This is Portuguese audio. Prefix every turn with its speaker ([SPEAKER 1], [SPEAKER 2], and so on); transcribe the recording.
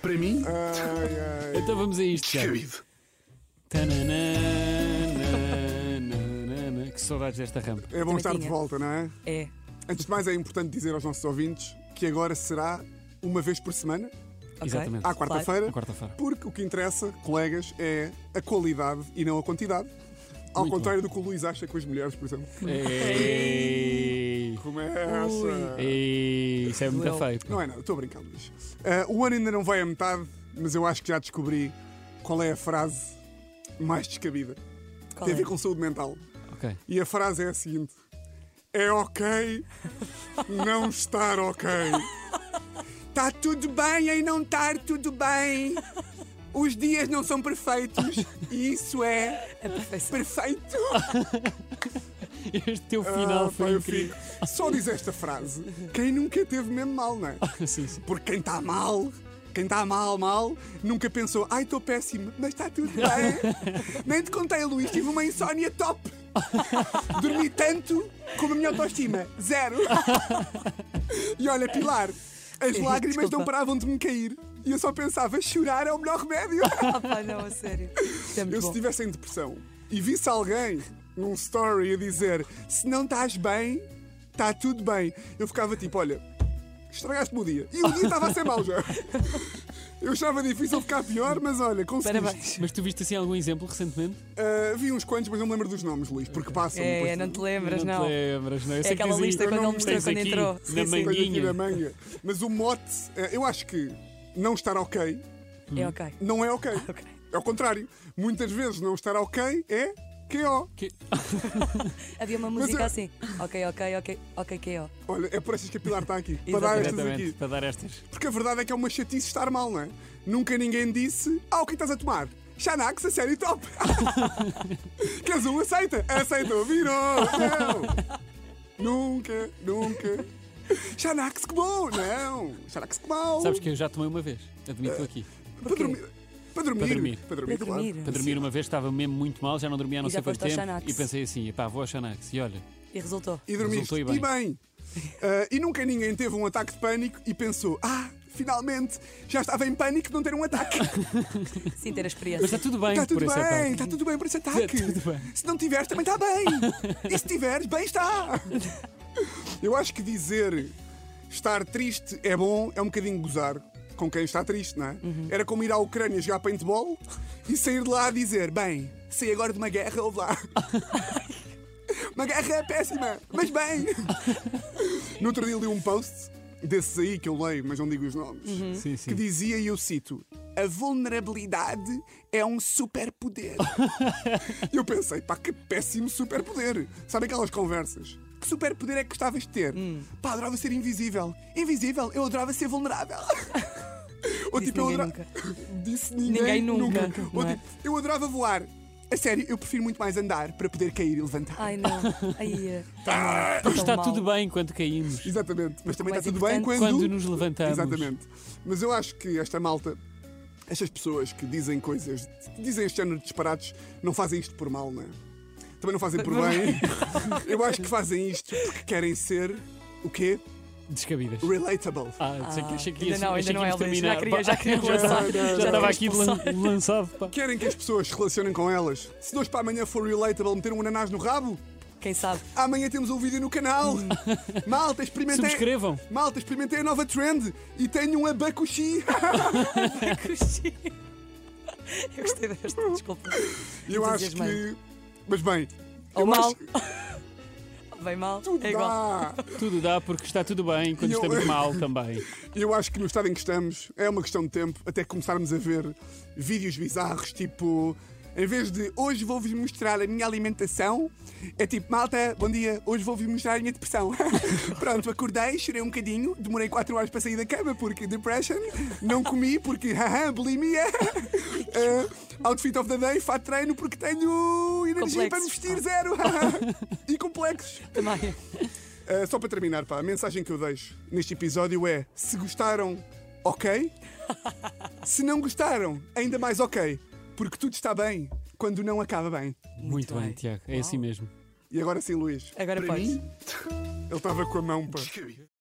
[SPEAKER 1] Para mim,
[SPEAKER 2] Ai, ai.
[SPEAKER 3] Então vamos a isto, já.
[SPEAKER 1] descabido.
[SPEAKER 3] Tananana, Que saudades desta rampa.
[SPEAKER 2] É bom
[SPEAKER 4] Também
[SPEAKER 2] estar de
[SPEAKER 4] tinha.
[SPEAKER 2] volta, não é?
[SPEAKER 4] É.
[SPEAKER 2] Antes de mais, é importante dizer aos nossos ouvintes que agora será uma vez por semana,
[SPEAKER 4] ok.
[SPEAKER 3] Exatamente.
[SPEAKER 2] à
[SPEAKER 3] À
[SPEAKER 2] quarta-feira,
[SPEAKER 3] quarta-feira.
[SPEAKER 2] porque o que interessa, colegas, é a qualidade e não a quantidade. Ao
[SPEAKER 3] Muito
[SPEAKER 2] contrário do que o Luís acha com as mulheres, por exemplo.
[SPEAKER 3] Ei,
[SPEAKER 2] Começa!
[SPEAKER 3] ei, Isso é muito
[SPEAKER 4] Cruel.
[SPEAKER 3] feio.
[SPEAKER 2] Não é nada, estou a brincar, Luís. Ah, o ano ainda não vai a metade, mas eu acho que já descobri qual é a frase mais descabida.
[SPEAKER 4] Qual
[SPEAKER 2] Tem a
[SPEAKER 4] é?
[SPEAKER 2] ver com saúde mental.
[SPEAKER 3] Ok.
[SPEAKER 2] E a frase é a seguinte: É ok não estar ok. Está tudo bem em não estar tudo bem. Os dias não são perfeitos. E isso é
[SPEAKER 4] É perfeição.
[SPEAKER 2] perfeito.
[SPEAKER 3] Este teu final
[SPEAKER 2] Ah, pá,
[SPEAKER 3] foi
[SPEAKER 2] eu
[SPEAKER 3] incrível.
[SPEAKER 2] fico- Só diz esta frase quem nunca teve mesmo mal, não é?
[SPEAKER 3] Sim, sim.
[SPEAKER 2] Porque quem está mal, quem está mal, mal, nunca pensou, ai, estou péssimo, mas está tudo bem. Nem te contei, Luís, tive uma insónia top. Dormi tanto como a minha autoestima, zero. E olha, Pilar, as lágrimas não
[SPEAKER 4] Desculpa.
[SPEAKER 2] paravam de me cair. E eu só pensava, chorar é o melhor remédio.
[SPEAKER 4] Ah, pá, não, a sério. Isto é muito
[SPEAKER 2] Eu se
[SPEAKER 4] bom.
[SPEAKER 2] estivesse em depressão e visse alguém num story a dizer se não estás bem, está tudo bem, eu ficava tipo, olha, estragaste-me o dia. E o dia estava a ser mau já. Eu achava difícil ficar pior, mas olha, conseguiste.
[SPEAKER 4] Parabéns.
[SPEAKER 3] Mas tu viste assim algum exemplo recentemente?
[SPEAKER 2] Ah, vi uns quantos, mas não me lembro dos nomes, Luís, porque passam. depois
[SPEAKER 4] É,
[SPEAKER 2] de-
[SPEAKER 4] não te lembras, não.
[SPEAKER 3] Te lembras, não? Eu
[SPEAKER 4] É
[SPEAKER 3] sei que
[SPEAKER 4] aquela
[SPEAKER 3] tens aí-
[SPEAKER 4] lista
[SPEAKER 2] eu
[SPEAKER 4] quando
[SPEAKER 2] não
[SPEAKER 4] ele mostrou
[SPEAKER 3] tens
[SPEAKER 4] quando
[SPEAKER 3] aqui
[SPEAKER 4] entrou.
[SPEAKER 3] na
[SPEAKER 4] Sim, sim.
[SPEAKER 3] manguinha.
[SPEAKER 2] Coisa aqui da manga. Mas o mote, ah, eu acho que não estar ok
[SPEAKER 4] É ok.
[SPEAKER 2] não é ok.
[SPEAKER 4] Ok.
[SPEAKER 2] É o contrário. Muitas vezes não estar ok é KO.
[SPEAKER 3] Que-
[SPEAKER 4] Havia uma
[SPEAKER 2] Mas
[SPEAKER 4] música
[SPEAKER 2] eu-
[SPEAKER 4] assim. Ok, ok, ok, ok, que é ó.
[SPEAKER 2] Olha, é por estas que a Pilar está aqui. para dar estas
[SPEAKER 3] Exatamente,
[SPEAKER 2] aqui.
[SPEAKER 3] para dar estas.
[SPEAKER 2] Porque a verdade é que é uma chatice estar mal, não é? Nunca ninguém disse: Ah, o que estás a tomar? Xanax, a série top! Queres um? Aceita! Aceita, virou! Não! Nunca, nunca! Xanax, que bom! Não! Xanax, que mau!
[SPEAKER 3] Sabes que eu já tomei uma vez, admito aqui.
[SPEAKER 2] Para dormir. Para dormir.
[SPEAKER 3] Para dormir.
[SPEAKER 2] Para dormir,
[SPEAKER 4] Para
[SPEAKER 2] claro.
[SPEAKER 4] dormir.
[SPEAKER 3] Para dormir uma vez estava mesmo muito mal, já não dormia há não
[SPEAKER 4] E já
[SPEAKER 3] sei quanto
[SPEAKER 4] foste ao
[SPEAKER 3] tempo.
[SPEAKER 4] Xanax.
[SPEAKER 3] E pensei assim, epá, vou ao Xanax. E olha,
[SPEAKER 4] E resultou.
[SPEAKER 2] E dormiste.
[SPEAKER 3] Resultou e bem.
[SPEAKER 2] E bem. Ah, e nunca ninguém teve um ataque de pânico e pensou: Ah, finalmente! Já estava em pânico de não ter um ataque!
[SPEAKER 4] Sim, ter a
[SPEAKER 3] mas
[SPEAKER 4] experiência.
[SPEAKER 3] está tudo bem por
[SPEAKER 2] Está Tá tudo
[SPEAKER 3] essa
[SPEAKER 2] bem,
[SPEAKER 3] parte.
[SPEAKER 2] está tudo bem por esse ataque.
[SPEAKER 3] Tá tudo bem.
[SPEAKER 2] Se não tiveres, também está bem. E se tiveres, bem está. Eu acho que dizer estar triste é bom, é um bocadinho gozar com quem está triste, não é?
[SPEAKER 3] Uhum.
[SPEAKER 2] Era como ir à Ucrânia jogar paintball e sair de lá a dizer: bem, saí agora de uma guerra, ouve lá. Uma guerra é péssima, mas bem. No outro dia li um post desses aí que eu leio, mas não digo os nomes
[SPEAKER 3] Sim,
[SPEAKER 2] que
[SPEAKER 3] sim.
[SPEAKER 2] dizia, e eu cito: A vulnerabilidade é um superpoder. E eu pensei, pá, que péssimo superpoder. Sabem aquelas conversas? Que superpoder é que gostavas de ter?
[SPEAKER 4] Hum.
[SPEAKER 2] Pá, adorava ser invisível. Invisível, eu adorava ser vulnerável. Ou tipo,
[SPEAKER 4] Disse
[SPEAKER 2] eu
[SPEAKER 4] ninguém
[SPEAKER 2] adora- Disse ninguém,
[SPEAKER 4] Ninguém nunca,
[SPEAKER 2] Ou
[SPEAKER 4] não é?
[SPEAKER 2] tipo, eu adorava voar. A sério, eu prefiro muito mais andar para poder cair e levantar.
[SPEAKER 4] Ai não. Aí. é tão
[SPEAKER 2] Ah!
[SPEAKER 3] Porque está
[SPEAKER 4] mal.
[SPEAKER 3] tudo bem enquanto caímos.
[SPEAKER 2] Exatamente. Mas também
[SPEAKER 4] O
[SPEAKER 2] está
[SPEAKER 4] mais
[SPEAKER 2] tudo bem
[SPEAKER 4] importante-
[SPEAKER 2] quando,
[SPEAKER 3] Quando nos levantamos.
[SPEAKER 2] Exatamente. Mas eu acho que esta malta, estas pessoas que dizem coisas, dizem este género de disparates, não fazem isto por mal, não é? Também não fazem por bem. eu acho que fazem isto porque querem ser o quê?
[SPEAKER 3] Descabidas.
[SPEAKER 2] Relatable.
[SPEAKER 3] Ah, achei que- achei que ia
[SPEAKER 4] ainda não,
[SPEAKER 3] achei que
[SPEAKER 4] ainda não é
[SPEAKER 3] íamos
[SPEAKER 4] Luís.
[SPEAKER 3] terminar.
[SPEAKER 4] Já queria,
[SPEAKER 3] Pá,
[SPEAKER 4] já queria lançar.
[SPEAKER 2] já
[SPEAKER 3] Já estava
[SPEAKER 4] queria
[SPEAKER 3] aqui
[SPEAKER 4] expulsar.
[SPEAKER 3] lan- lançado. pá.
[SPEAKER 2] Querem que as pessoas se relacionem com elas. Se de hoje para amanhã for relatable meter um ananás no rabo,
[SPEAKER 4] Quem sabe?
[SPEAKER 2] amanhã temos um vídeo no canal. Malta, experimentem.
[SPEAKER 3] Subscrevam.
[SPEAKER 2] Malta, experimentei a nova trend e tenho um abacuxi.
[SPEAKER 4] Coxinha. Eu gostei desta, desculpa.
[SPEAKER 2] Eu acho que.
[SPEAKER 4] Entusiasmei.
[SPEAKER 2] Mas bem.
[SPEAKER 4] Ou
[SPEAKER 2] eu
[SPEAKER 4] mal.
[SPEAKER 2] acho que
[SPEAKER 4] Bem mal.
[SPEAKER 2] Tudo
[SPEAKER 4] é igual.
[SPEAKER 2] dá.
[SPEAKER 3] Tudo dá porque está tudo bem quando
[SPEAKER 2] E eu-
[SPEAKER 3] estamos mal também.
[SPEAKER 2] Eu acho que no estado em que estamos é uma questão de tempo até começarmos a ver vídeos bizarros, tipo. Em vez de hoje vou-vos mostrar a minha alimentação, é tipo, malta, bom dia, hoje vou-vos mostrar a minha depressão. Pronto, acordei, chorei um bocadinho, demorei 4 horas para sair da cama porque depression, não comi porque, haha, bulimia. Eh, outfit of the day, fato treino porque tenho energia para me
[SPEAKER 4] Complexos,
[SPEAKER 2] vestir zero. e complexos.
[SPEAKER 4] Também.
[SPEAKER 2] Uh, só para terminar, pá, a mensagem que eu deixo neste episódio é: se gostaram, ok. se não gostaram, ainda mais ok. Porque tudo está bem quando não acaba bem.
[SPEAKER 3] Muito bem, Tiago. É assim mesmo.
[SPEAKER 2] E agora sim, Luís.
[SPEAKER 4] Agora podes.
[SPEAKER 2] Ele estava com a mão, pá.
[SPEAKER 1] Descabido.